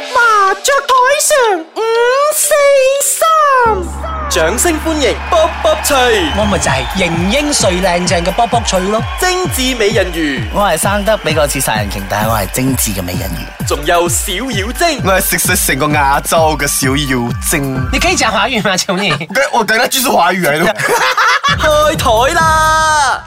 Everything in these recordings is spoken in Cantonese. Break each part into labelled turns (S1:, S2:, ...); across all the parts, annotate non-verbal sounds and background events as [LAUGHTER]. S1: 雀台上五四三，掌聲歡迎卜卜脆，
S2: 我咪就係型英帥靚正嘅卜卜脆咯，
S1: 精緻美人魚，
S2: 我係生得比較似殺人鯨，但係我係精緻嘅美人魚。
S1: 仲有小妖精，
S3: 我係食食成個亞洲嘅小妖精。
S2: 你可以講華語嗎，求你？
S3: 我我等下繼續華語嚟咯。
S1: 開台啦！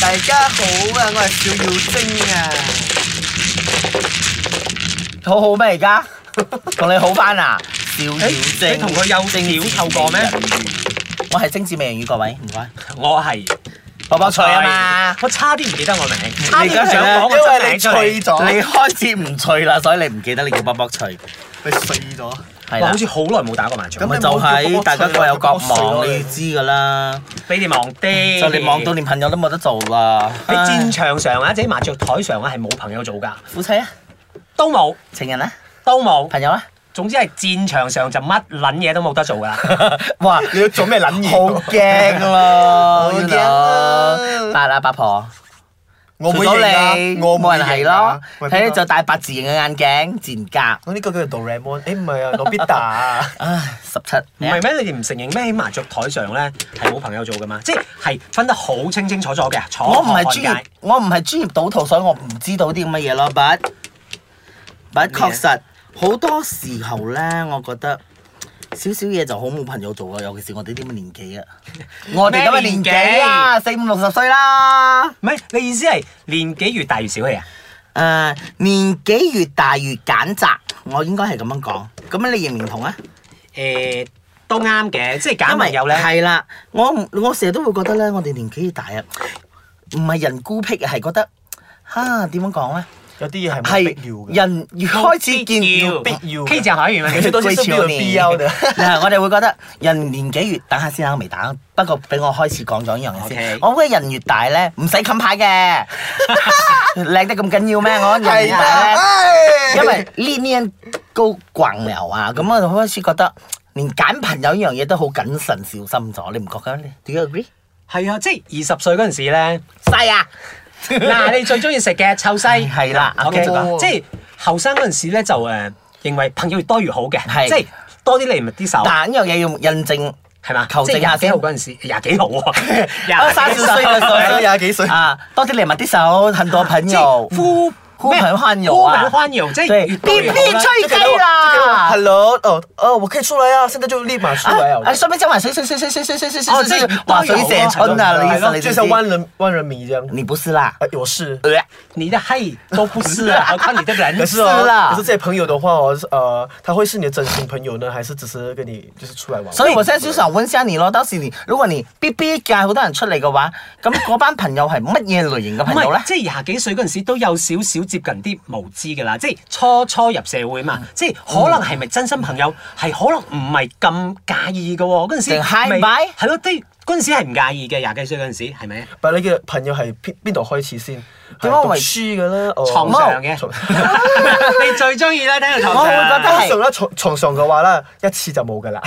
S4: 大家好啊，我係小妖精啊。
S2: 好好咩而家？同你好翻啊？小妖精，
S4: 你同佢有小透過咩？
S2: 我係精緻美人魚，各位唔該。
S4: 我係
S2: 卜卜脆啊嘛，
S4: 我差啲唔記得我名。
S2: 差啲
S4: 你而家想講個
S2: 因
S4: 真
S2: 為你
S4: 名出嚟
S2: 脆咗，你開始唔脆啦，所以你唔記得你叫卜卜脆。
S3: 你碎咗。
S2: 係
S4: 哇，
S2: 啦
S4: 好，似好耐冇打過麻雀
S2: 咁，咪
S3: 你
S2: 就
S3: 冇叫卜卜
S2: 係
S3: 脆
S2: 大家各有各
S3: 我叫卜卜脆咯
S2: 忙，你要知㗎啦。
S4: 俾你望啲。
S2: 就你忙到連朋友都冇得做啦。
S4: 喺戰
S2: 唉
S4: 場上啊，或者麻雀台上啊，係冇朋友做㗎，
S2: 夫妻啊，
S4: 都冇，
S2: 情人啊，
S4: 都冇。
S2: 朋友啊。
S4: 總之係戰場上就乜撚嘢都冇得做㗎啦。
S2: 哇！
S3: 你要做咩撚嘢？
S2: 好驚咯，
S3: [LAUGHS] 好
S2: 要
S3: 驚啊
S2: 攞八啊八婆，
S3: 我
S2: 除
S3: 會
S2: 咗
S3: 贏啊
S2: 你，
S3: 我
S2: 冇
S3: 冇
S2: 人係咯，
S3: 啊
S2: 睇你就戴八字形嘅眼鏡，自然夾。
S3: 我呢個叫做 Doraemon，誒唔係啊，諾比達。
S2: 唉，十七，啊
S4: 唔係咩？你哋唔承認咩？喺麻雀台上咧係冇朋友做㗎嘛？即係分得好清清楚楚嘅，楚
S2: 我唔
S4: 河
S2: 係
S4: 漢
S2: 專業
S4: 界。，
S2: 我唔係專業賭徒，所以我唔知道啲咁嘅嘢咯。but but 確實好多時候咧，我覺得。少少嘢就好冇朋友做啊，尤其是我哋啲咁嘅年
S3: [LAUGHS]
S2: 紀啊，我哋咁嘅年紀啊，四五六十歲啦。
S4: 唔係你意思係年紀越大越小氣啊？
S2: 誒、呃年紀越大越揀擇，我應該係咁樣講。咁你認唔認同啊？
S4: 誒、都啱嘅，即係
S3: 啊
S4: 揀
S2: 因為
S4: 朋友咧，
S2: 係啦，我唔我成日都會覺得咧，我哋年紀越大啊，唔係人孤僻，係覺得嚇點樣講咧？
S3: 有啲嘢係冇必要
S2: 係
S3: 嘅。
S2: 人越開始見
S4: 要
S2: 必
S3: 必要嘅
S4: 可以講華語 [LAUGHS] 嗎？
S2: [LAUGHS]
S3: 實都是需要有必要的
S2: 嗱，我哋會覺得人年紀越等下先啊，我未打。不過俾我開始講咗一樣嘢先
S4: OK。
S2: 我覺得人越大咧，唔使冚
S3: [LAUGHS]
S2: 牌嘅，靚得咁緊要咩？我人越大咧。因為呢呢人高逛流啊，咁我就開始覺得連揀朋友呢樣嘢都好謹慎小心咗，你唔覺㗎？你 Do you agree？
S4: 係啊，即係二十歲嗰陣時咧，
S2: 細 [LAUGHS] 啊，
S3: [LAUGHS]
S4: 嗱你最中意食嘅臭西
S2: 係啦
S4: ，OK，
S2: 冇
S3: 錯喎
S4: 即係後生嗰陣時咧就誒、認為朋友越多越好嘅，
S2: 係
S4: 即係多啲嚟咪啲手，
S2: 但呢樣嘢要印證。
S4: 係嘛？
S2: 求
S4: 即係
S2: 證下
S4: 廿幾
S2: 先
S4: 號嗰陣時，廿幾號喎，
S2: 啊，
S4: 廿
S2: 三
S4: 幾
S2: 十歲嘅歲，
S3: 廿幾歲
S2: 啊，多啲禮物啲手，很多朋友，
S4: 呼
S2: 呼朋喚友
S4: 呼
S2: 啊
S4: 朋喚友，即係
S2: 對
S4: 越，多
S2: 必
S4: 越
S2: 必
S4: 好啦
S2: 吹雞啦。
S3: Hello，哦哦，我可以出來啊，現在就立馬出來啊！
S2: 啊！順便講埋水水水水水水水水水水
S4: 哇
S2: 哇！水蛇春啊，你意思你
S3: 就像萬人萬人迷一樣。
S2: 你不是啦，
S3: 哎，我是。
S4: 你的嘿都不是
S2: [LAUGHS]
S4: 啊，何況你的人
S3: 可是哦
S2: 是啦，
S3: 可是这些朋友的话哦，呃，他会是你的真心朋友呢，还是只是跟你就是出来玩？
S2: 所以我現在就想問下你咯，當時你如果你 B B 界好多人出嚟嘅話，咁嗰班朋友係乜嘢類型嘅
S4: 唔
S2: 朋友咧
S4: 係，？即係廿幾歲嗰陣時都有少少接近啲無知㗎啦，即係初初入社會
S2: 嗯
S4: 嘛，即係可能係咪真心朋友係可能唔係咁介意嘅喎，嗰陣時
S2: 定 high
S4: 咪
S2: bye？
S4: 係咯，啲嗰陣時係唔介意嘅，廿幾歲嗰陣時係咪？
S2: 哦
S3: 但你嘅朋友係邊邊度開始先？
S2: 點解我為
S3: 係讀書嘅啦，哦
S4: 床上
S2: [LAUGHS]
S4: 嘅， [LAUGHS]
S3: 床
S4: 你最中意啦，聽到
S2: 我
S4: 床上。
S2: 會覺得
S3: 通常咧床床上嘅話咧，一次就冇噶啦。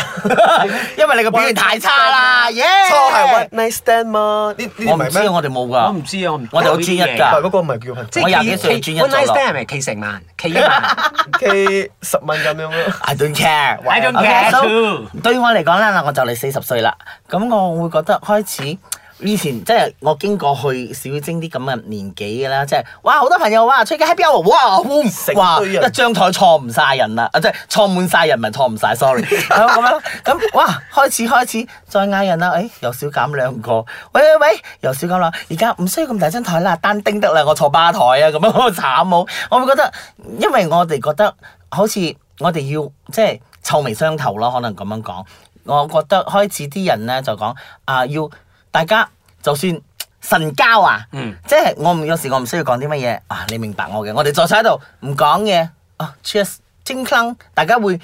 S2: 因為你嘅表現太差啦，耶！
S3: 初係 one night stand 嘛？呢呢啲
S2: 我
S3: 唔
S2: 唔
S3: 係
S2: 知，
S3: 咩？
S2: 我哋冇
S4: 我
S2: 㗎
S4: 唔。知啊，我唔
S2: 我哋好專一㗎
S3: 但係嗰個唔係叫朋友，
S4: 即
S3: 即
S2: 我
S4: 係
S2: 廿幾歲
S4: 企
S2: 專一咗
S4: one night
S2: 咯
S4: stand 係咪企成萬，企一
S2: [LAUGHS]
S4: 萬？
S3: 係 K 十蚊咁樣咯。
S2: I don't care。
S4: I don't care too
S2: 對於我嚟講啦，嗱，我就嚟四十歲啦，咁我會覺得開始。以前即係我經過去小精啲咁嘅年紀嘅啦，即係哇好多朋友哇吹嘅 happy hour，哇
S3: 成
S2: 哇
S3: 堆人
S2: 一張台坐唔晒人啦，啊即係坐滿晒人，唔係坐唔晒 sorry 咁咁樣咁哇開始開始再嗌人啦，誒、又少減兩個，喂喂喂又少減啦，而家唔需要咁大張台啦，單丁得啦，我坐吧台啊咁樣 [LAUGHS] 好慘冇，我會覺得因為我哋覺得好似我哋要即係臭味相投咯，可能咁樣講。我覺得開始啲人咧就講啊，要大家就算神交啊，
S4: 嗯
S2: 即係我唔有時我唔需要講啲乜嘢啊，你明白我嘅。我哋坐晒喺度唔講嘢啊，cheers，精鏗，大家會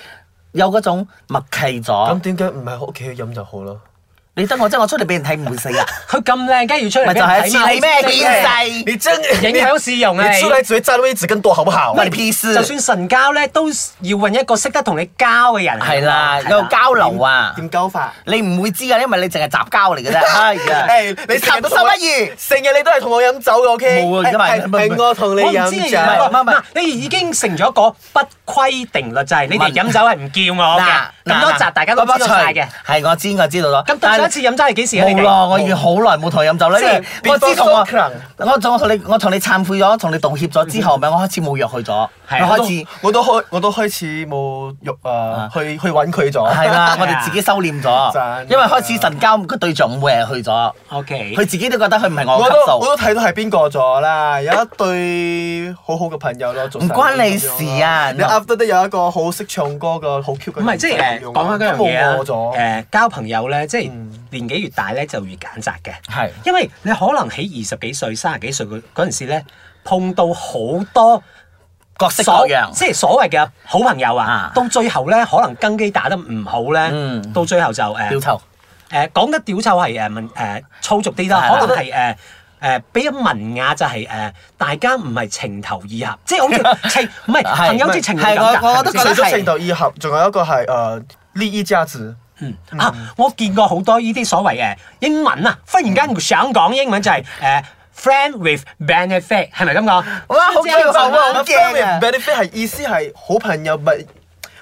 S2: 有嗰種默契咗
S3: 咁。點解唔喺屋企飲就好咯？
S2: 你得我啫，我出嚟俾人睇唔會死
S4: [LAUGHS]
S2: 啊！
S4: 佢咁靚，梗係要出嚟
S2: 咪
S4: 俾
S2: 就
S4: 人
S2: 係
S4: 睇嘛
S2: 似你咩見
S4: 好
S2: 世？
S3: 你真
S4: 影響市容啊！
S3: 你出來只會佔位置更多，好不好？
S2: 關你屁事！
S4: 就算神交咧，都要揾一個識得同你交嘅人。
S2: 係啦，有個交流啊，
S3: 點交法？
S2: 你唔會知噶，因為你淨係雜交
S4: [LAUGHS]
S2: 嚟嘅啫。 [LAUGHS] 係啊，
S3: 誒，你
S2: 插到心不如。
S3: 成日你都係同我飲酒嘅，OK？
S2: 冇啊而家咪
S3: 係係係我同你
S4: 我唔
S3: 飲
S4: 知你
S3: 酒
S4: 有冇
S2: 唔係唔係唔係
S4: 嗱你已經成咗一個不規定律，就係你哋飲酒係唔叫我嘅。咁多集大家都知道晒嘅。
S2: 係我知我知道咗。
S4: 咁對上一次飲酒係幾時啊？你
S2: 冇啦，
S4: 哋
S2: 我已經好耐冇同佢飲酒啦，因為
S3: 即係
S2: 我知同我
S3: before Soccer
S2: 我同我同你我同你懺悔咗，同你道歉咗之後，咪我開始冇約佢咗，
S4: 係
S2: 我
S4: 我
S2: 開始
S3: 我都開我都開始冇肉啊，去去揾佢咗。
S2: 係啦，
S3: [LAUGHS]
S4: 係啊
S2: 我哋自己收斂
S3: 真係
S2: 咗，因為開始神交個對象唔會係去咗，
S4: OK
S2: 佢。自己都覺得佢唔係我
S3: 我
S2: 嘅
S3: 都我
S2: 級數。
S3: 都睇到係邊個咗啦，有一對好好嘅朋友咯，做生意
S2: 唔關你事啊
S3: 咁樣啦你 after 得有一個好識唱歌嘅好 Q 嘅，
S4: 唔係，即係誒講翻嗰樣
S3: 都
S4: 嘢
S3: 冇
S4: 啊
S3: 我！咗。
S4: 誒交朋友咧，即係
S3: 嗯
S4: 年紀越大咧就越揀擇嘅。
S2: 係
S4: 因為你可能喺二十幾歲、三十幾歲嗰嗰陣時咧，碰到好多
S2: 各式各樣，
S4: 即係所謂嘅好朋友
S2: 啊
S4: 啊，到最後咧，可能根基打得唔好咧，
S2: 嗯
S4: 到最後就誒
S2: 掉頭
S4: 誒講得屌臭係誒文誒粗俗啲
S2: 係啦
S4: 啦，可能呃係誒。誒比較文雅就係、誒，大家唔係情投意合，即係
S2: [LAUGHS]
S4: 好似情唔係
S2: 係
S4: 朋友之情
S2: 係
S4: 侶咁
S2: 我我
S4: 㗎
S2: 都
S4: 係
S2: 覺
S4: 咪
S2: 得
S4: 先
S3: 除咗情投意合，仲有一個係呃誒利益價值。
S4: 嗯啊，我見過好多呢啲所謂誒英文啊，忽然間想講英文就係誒 friend with benefit 係咪咁講？
S2: 哇好
S4: 即係
S2: 勁
S4: 就
S2: 喎好
S4: 啦
S2: 驚啊
S3: benefit 係意思係好朋友，唔係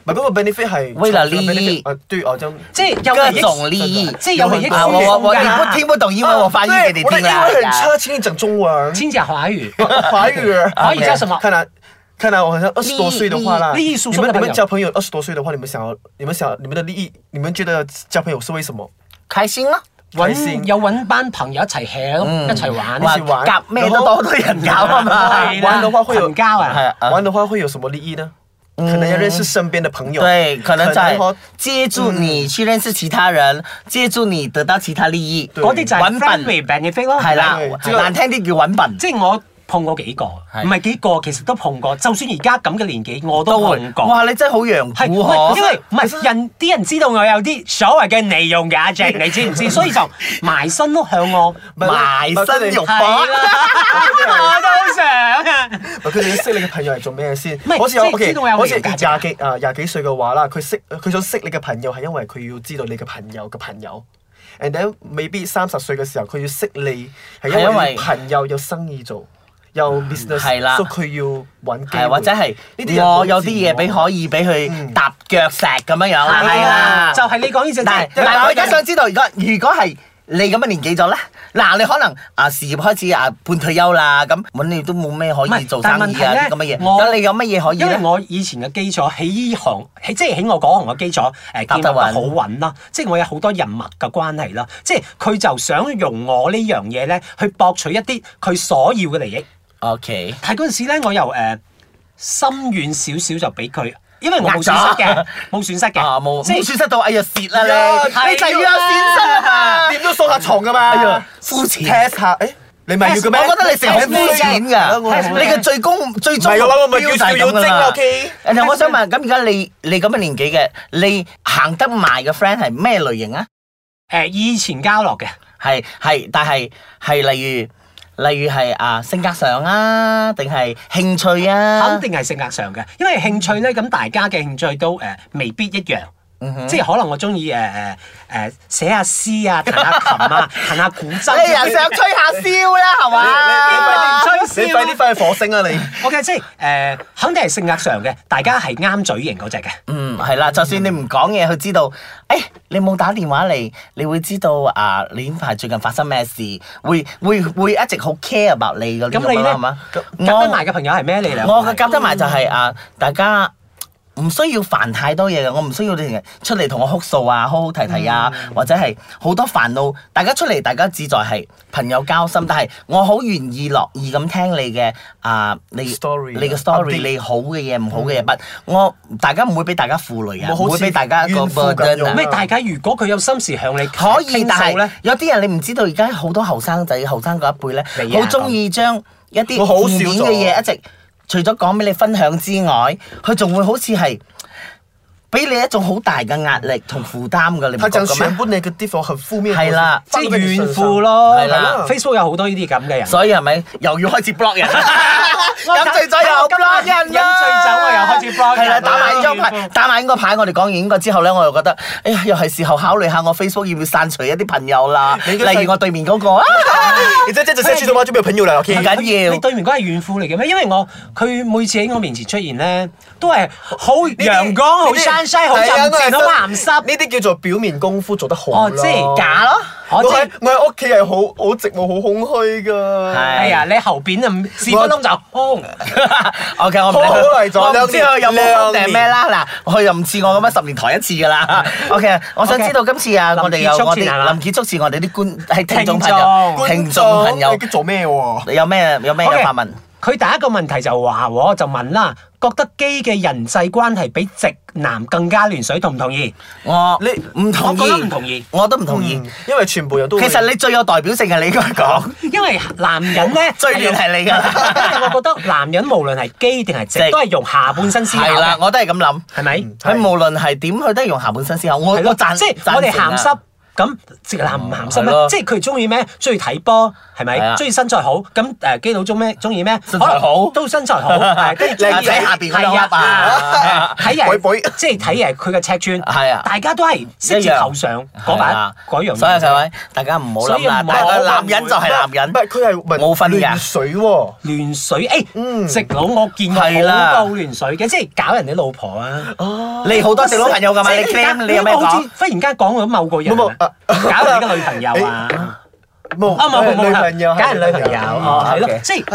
S3: 唔係嗰個 benefit 係
S2: 為了
S3: 除咗
S2: 利益
S3: benefit，呃對，我將
S4: 即係有
S2: 各
S4: 利益
S2: 種利益，
S4: 即係有利益
S2: 啊
S4: 輸
S2: 我我
S4: 送
S2: 我你
S4: 㗎
S2: 不聽不懂英文，我翻譯給你
S3: 啊
S2: 聽
S3: 對
S2: 啦
S3: 我。的英文很差，请你講中文。
S4: 先至係華語。
S3: 華語，
S4: 華語叫什麼
S3: 啊看來，看來我好像二十多岁的话啦，
S4: 利益利益輸
S3: 你
S4: 送的
S3: 们你
S4: 朋友
S3: 们交朋友二十多岁的话，你们想要，你们想你们的利益，你们觉得交朋友是为什么？
S2: 開心啦，
S3: 開心
S4: 揾有揾班朋友一齊 hea，一齊玩。
S3: 哇
S4: 係
S3: 玩
S2: 夾咩都多多人搞啊嘛。
S4: 啦
S3: 玩的話會有
S4: 群交啊，
S2: 啊
S3: 玩的话会有什么利益呢？可能要
S4: 嗯
S3: 认识身边的朋友，哦
S2: 对，可能嗯在
S3: 和
S2: 借助你去认识其他人，借助你得到其他利益，
S3: 對
S4: 嗰啲就
S2: 揾
S4: 係 friend
S2: 笨
S4: with benefit 咯。
S2: 係啦
S3: 對，
S2: 係難聽啲叫揾笨，
S4: 即係我碰過幾個，
S2: 係
S4: 唔係幾個，其實都碰過。就算而家咁嘅年紀，我都
S2: 都會
S4: 碰。過。
S2: 哇，你真係好陽
S4: 係，
S2: 古
S4: 唔係
S2: 可，
S4: 因為唔係人啲人知道我有啲所謂嘅利用價值，你知
S2: [LAUGHS]
S4: 唔知？所以就埋身咯向我。
S2: 埋身肉搏
S4: 係。啦，
S3: [LAUGHS]
S4: 我都想啊。
S3: 哦佢哋識你嘅朋友係做咩先？
S4: 係
S3: 好似我
S4: 即係知道我有
S3: 好似
S4: 朋友價值
S3: 廿幾啊廿幾歲嘅話啦，佢識佢想識你嘅朋友係因為佢要知道你嘅朋友嘅朋友。and then 未必三十歲嘅時候佢要識你係
S2: 嗯係因
S3: 因
S2: 為嗯
S3: 為朋友有生意做，有 business，
S2: 係啦
S3: 所以佢要揾機會
S2: 係或者係
S3: 呢啲人好
S2: 我有啲嘢俾
S3: 自我
S2: 可以俾佢
S3: 嗯
S2: 踏腳石咁樣樣，係啦。
S4: 就係你講呢只。
S2: 但係但係我而家想知道，如果如果係你咁嘅年紀咗咧，嗱你可能啊事業開始啊半退休啦，咁咁你都冇咩可
S4: 唔
S2: 以
S4: 係
S2: 做
S4: 但係
S2: 生意啊
S4: 問
S2: 啲
S4: 題
S2: 咁嘅嘢，
S4: 呢我
S2: 咁你有乜嘢可以
S4: 因為
S2: 咧？
S4: 我以前嘅基礎喺依行，喺即係喺我嗰行嘅基礎，誒
S2: 搭
S4: 建
S2: 得
S4: 立得
S2: 穩
S4: 好穩啦。即係我有好多人脈嘅關係啦。即係佢就想用我呢樣嘢咧，去博取一啲佢所要嘅利益。
S2: O K，
S4: 但係嗰陣時咧，我又誒、呃心軟少少就俾佢，因為我冇損
S2: 呃
S4: 失
S2: 咗
S4: 嘅，冇損失嘅，
S2: 啊冇
S4: 即
S2: 冇
S4: 係
S2: 損失到，哎呀蝕啦
S3: 呀
S2: 你，你就要有損失啊嘛。
S3: [LAUGHS] 點都掃下床㗎嘛。
S2: 哎呀膚淺
S3: test 下，誒你咪要嘅咩？
S2: 我覺得你成日好膚淺㗎，
S3: 我係
S2: 你嘅最公最終
S3: 唔係嘅話我
S2: 目
S3: 咪
S2: 標就
S3: 叫
S2: 係咁㗎
S3: 小妖精啦
S2: 啦
S3: ，OK？。
S2: 誒我想問，咁而家你你咁嘅年紀嘅，你行得埋嘅 friend 係咩類型啊？
S4: 誒以前交落嘅，
S2: 係係，但係係例如例如係啊性格上啊，定係興趣啊
S4: 肯？定係性格上嘅，因為興趣咧，咁大家嘅興趣都誒、呃未必一樣。即係可能我中意誒誒誒寫下詩啊，彈下琴啊，彈下古箏。
S2: 你又哎想吹
S3: [LAUGHS]
S2: 下簫啦，係嘛？
S4: [LAUGHS]
S3: 你快啲翻去火星啊你！
S4: OK，即係誒、呃肯定係性格上嘅，大家係啱嘴型嗰只嘅。
S2: 嗯，係啦，就算你唔講嘢，佢知道，誒、哎你冇打電話嚟，你會知道啊，你呢排最近發生咩事，會會會一直好 care about 你嗰
S4: 咁
S2: 啲咁
S4: 你
S2: 樣啦，
S4: 咧
S2: 係嘛？
S4: 夾得埋嘅朋友係咩？你兩個
S2: 我我嘅夾得埋就係、啊，大家。唔需要煩太多嘢嘅，我唔需要你出嚟同我哭訴啊、哭哭啼啼啊，
S3: 嗯
S2: 或者係好多煩惱。大家出嚟，大家志在係朋友交心，但係我好願意樂意咁聽你嘅啊，你
S3: Story
S2: 你嘅 story，
S3: update 嗯
S2: 你好嘅嘢、唔好嘅嘢，不我大家唔會俾大家負累啊，
S3: 冇好
S2: 唔
S3: 似
S2: 會俾大家一個
S3: 怨婦咁
S2: burden 啊
S3: 樣
S4: 咩？大家如果佢有心事向你
S2: 可以，
S4: 傾
S2: 但
S4: 訴
S2: 係
S4: 咧，
S2: 有啲人你唔知道，而家好多後生仔、後生嗰一輩
S4: 你
S2: 咧，
S4: 啊
S2: 好中意將一啲
S3: 我好
S2: 負
S3: 少
S2: 面
S3: 做
S2: 嘅嘢一直除咗講俾你分享之外，佢仲會好似係俾你一種好大嘅壓力同負擔㗎，你唔
S3: 他
S2: 覺
S3: 讲
S2: 嘅
S3: 全
S2: 咩？
S3: 部 negative 和很負面，
S2: 係啦
S4: 即係怨婦
S3: 咯。
S4: 咯，
S2: 係啦
S4: Facebook 有好多呢啲咁嘅人。
S2: 所以係咪又要開始 block
S4: [LAUGHS]
S2: 人？飲醉咗又 block 人啦
S4: 飲醉酒我又開始 block 人
S2: 係啦，
S4: 啦
S2: 打埋呢張牌，打埋呢個牌，我哋講完呢個之後咧，我又覺得，哎呀，又係時候考慮下我 Facebook 要唔要刪除一啲朋友啦，
S3: 你嘅世
S2: 例如我對面嗰個
S4: [LAUGHS]
S2: 啊，
S3: 你再這樣子下去的話，就沒有朋友了。OK，
S2: 唔緊要
S4: 你。對面嗰係怨婦嚟嘅咩？因為我佢每次喺我面前出現咧，都係好
S3: 呢啲
S4: 陽光、好
S3: 呢啲
S4: sunshine、好
S3: 係啊
S4: 沉靜、
S3: 我係
S4: 好鹹濕。
S3: 呢啲叫做表面功夫做得好
S4: 哦，
S3: 咯
S4: 即係假咯。
S3: 我
S4: 我即
S3: 喺
S4: 係
S3: 我喺屋企係好好寂寞、好空虛噶。
S2: 係
S4: 哎呀，你後邊啊，四分鐘就空。
S2: OK，我唔
S3: 好好嚟咗
S2: 我唔
S3: 兩
S2: 知佢有
S3: 年
S2: 冇定係
S3: 兩年
S2: 咩啦。嗱，佢又唔似我咁樣十年抬一次噶啦。OK，我想
S4: OK
S2: 知道今次啊，
S4: 臨
S2: 我哋
S4: 結
S2: 有
S4: 束
S2: 我
S4: 前係
S2: 哋
S4: 嘛
S2: 林結束前，我哋啲觀係聽眾朋友、
S3: 觀眾
S2: 聽眾朋友
S3: 你做咩喎？
S2: 有咩有咩有
S4: OK，
S2: 發問？
S4: 佢第一個問題就話喎，就問啦，覺得基嘅人際關係比直男更加亂水，同唔同意？
S2: 我
S3: 你
S2: 唔同意，
S4: 我覺得唔同意
S2: 我都唔同意
S3: 嗯。因為全部人都會
S2: 其實你最有代表性嘅，你應該講
S4: 因為男人咧
S2: [LAUGHS] 最亂係你㗎
S4: 因 [LAUGHS] 為我覺得男人無論係基定係
S2: 直
S4: 直，都係用下半身思考
S2: 係啦
S4: 嘅，，
S2: 我都係咁諗。
S4: 係咪？
S3: 嗯
S2: 佢
S3: 係
S2: 無論係點，佢都係用下半身思考。我
S4: 係咯
S2: 我贊，
S4: 哦即係我哋鹹濕
S2: 贊。
S4: 咁直男唔鹹濕
S2: 係
S4: 咩
S2: 咯？
S4: 即係佢中意咩？中意睇波係
S2: 係啊
S4: 咪？中意身材好咁誒？基佬中咩？中意咩？
S2: 身材好
S4: 可能都身材
S2: [LAUGHS]
S4: 好，係跟住
S2: 靚仔下邊嗰兩粒啊
S4: 係啊睇
S3: 背背
S4: 人即係睇人佢嘅尺寸，
S2: 係啊
S4: 大家都係識
S2: 一
S4: 字
S2: 樣
S4: 頭上嗰
S2: 係
S4: 把
S2: 啦
S4: 嗰樣嘢。
S2: 所以各位，大家唔好諗啦。
S4: 所以唔好
S2: 但係男人就係男人
S3: 唔。係佢係問
S2: 冇分㗎
S3: 亂水喎。
S4: 亂水，誒、
S3: 嗯
S4: 直佬我見過好
S2: 係啦
S4: 夠亂水嘅，即係搞人哋老婆啊！
S2: 你好多直佬朋友㗎嘛？
S4: 即係
S2: 你 claim 你有咩
S4: 我好
S2: 講
S4: 似？忽然間講到某個人
S3: 冇冇
S4: 啊，
S3: 啊
S4: 搞人哋嘅女朋友
S2: [LAUGHS] 哎
S4: 啊！
S2: 哦
S3: 冇
S4: 啊冇冇冇，
S3: 女朋友，
S4: 梗係女朋友，哦係咯
S2: OK，
S4: 即係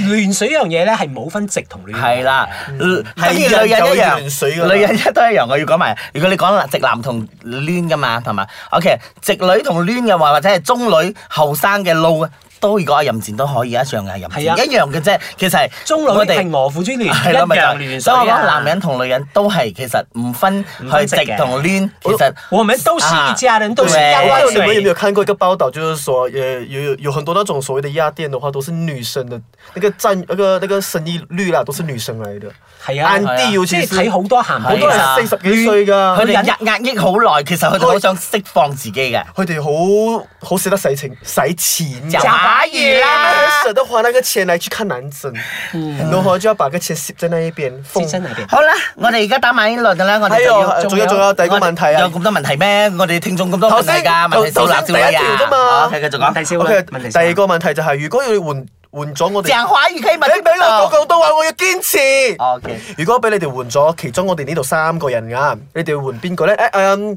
S4: 亂水一樣嘢咧，係冇分直同亂。
S2: 係啦，係
S3: 等於
S2: 女人
S3: 人就
S2: 一
S3: 要
S2: 樣，
S3: 完水㗎
S2: [LAUGHS]
S3: 啦
S2: 女人一都一樣。我要講埋，如果你講直男同攣噶嘛，係嘛？OK，直女同攣嘅話，或者係中女後生嘅路啊，都如果阿任戰都可以一樣嘅，任戰
S4: 係啊
S2: 一樣嘅啫。其實係
S4: 中
S2: 我
S4: 女
S2: 哋
S4: 係我苦之亂，一
S2: 係咯，咪就
S4: 樣
S2: 係
S4: 亂
S2: 所
S4: 水
S2: 以
S4: 啊
S2: 我講男人同女人都係其實唔分
S4: 唔
S2: 去
S4: 分
S2: 直
S4: 直嘅
S2: 同攣，其實
S4: 我們都是
S2: À.
S4: 一家人，都是一
S2: 對
S4: 家
S3: 你们有没
S4: 人。
S3: 有看过一个报道，就是说，呃，有有有很多那种所谓的亚店的话，都是女生的那个占那个那个生意率啦，都是女生来的。
S4: 係啊，
S3: 暗啲尤
S4: 即
S3: 其
S4: 係
S3: 是
S4: 睇好多鹹
S3: 好多
S4: 片啊
S2: 係啊
S3: 人四十幾歲
S2: 佢
S3: 㗎，
S2: 哋壓壓抑好耐，其實佢哋好想釋放自己嘅。
S3: 佢哋好好捨得使錢，使錢
S2: 假
S3: 㗎。
S2: 把
S4: 魚
S3: 他
S4: 啦
S3: 们很舍得花那个錢來去看男生，
S4: 嗯
S3: 然後就要把個錢攝在那一邊。
S4: 先真係嘅。
S2: 好啦，我哋而家打埋呢輪㗎啦，我哋
S3: 還
S2: 就要
S3: 有仲有仲有第二個問題
S2: 有
S3: 啊
S2: 咁多問題咩？我哋聽眾咁多問題㗎，問
S3: 頭
S2: 題
S3: 先
S2: 少男少女
S3: 頭先第一條啫嘛
S2: 啊。OK，繼續
S4: 問題
S2: 講。
S4: 少啦
S3: ！OK，
S4: 問題
S3: 第
S4: 少啦
S3: 二個問題就係如果要你換換咗我哋，
S2: 鄭華語可以問
S3: 你俾我講廣東話，我要堅持。
S2: OK，
S3: 如果俾你哋換咗其中我哋呢度三個人啊，你哋會換邊個咧？誒、嗯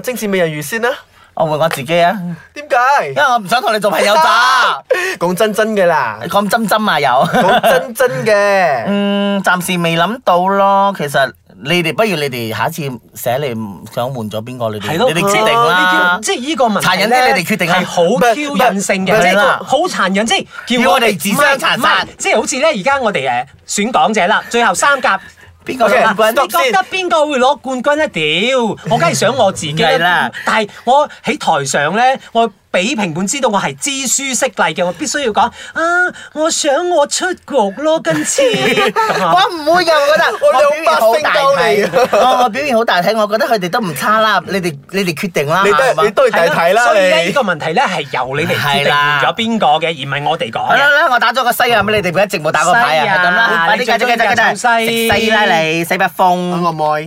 S3: 誒，精緻美人魚先啦。
S2: 我換我自己啊，
S3: 點解
S2: 因？為我唔想同你做朋友
S3: [LAUGHS]
S2: 咋。
S3: 講真真嘅啦，
S2: 講針針啊，有。
S3: 講真真嘅。
S2: 嗯，暫時未諗到咯。其實你哋不如你哋下一次寫你想換咗邊個，你哋
S4: 係咯，
S2: 嗯
S4: 哦
S2: 你哋決定啦。
S4: 即係呢個問題
S2: 殘忍啲你哋決定啦
S4: 係好挑釁性嘅，即係好殘忍，即係
S2: 要我哋自相殘殺
S4: 唔係唔係即係好似咧，而家我哋誒選港者啦，最後三甲。
S2: 邊個
S3: OK，
S2: 冠軍？
S4: 你覺得邊個會攞冠軍咧？屌，我梗係想我自己
S2: 係啦
S4: 啦。但係我喺台上咧，我俾評判知道我係知書識禮嘅，我必須要講啊！我想我出局咯，今
S2: [LAUGHS]
S4: 次咁啊
S2: 我唔會㗎， [LAUGHS] 我覺得
S3: 我
S2: 表現好大
S3: 兩百星
S2: 體， [LAUGHS] 我我表現好大體，我覺得佢哋都唔差啦。你哋你哋決定啦，
S3: 你都
S2: 係嘛
S3: 係你都係大睇啦
S4: 所以咧
S3: 你
S4: 呢個。問題咧係由你哋決
S2: 係
S4: 定
S2: 啦
S4: 咗邊個嘅，而唔係我哋講
S2: 好啦
S4: 嘅。
S2: 啦，我打咗個西啊，咁你哋一直冇打過牌啊，
S4: 西啊
S2: 係咁啦，快啲
S4: 你
S2: 繼續繼
S4: 最中意
S2: 續繼
S4: 就
S2: 續
S4: 係西
S2: 食西啦你，西北風。
S3: 我愛。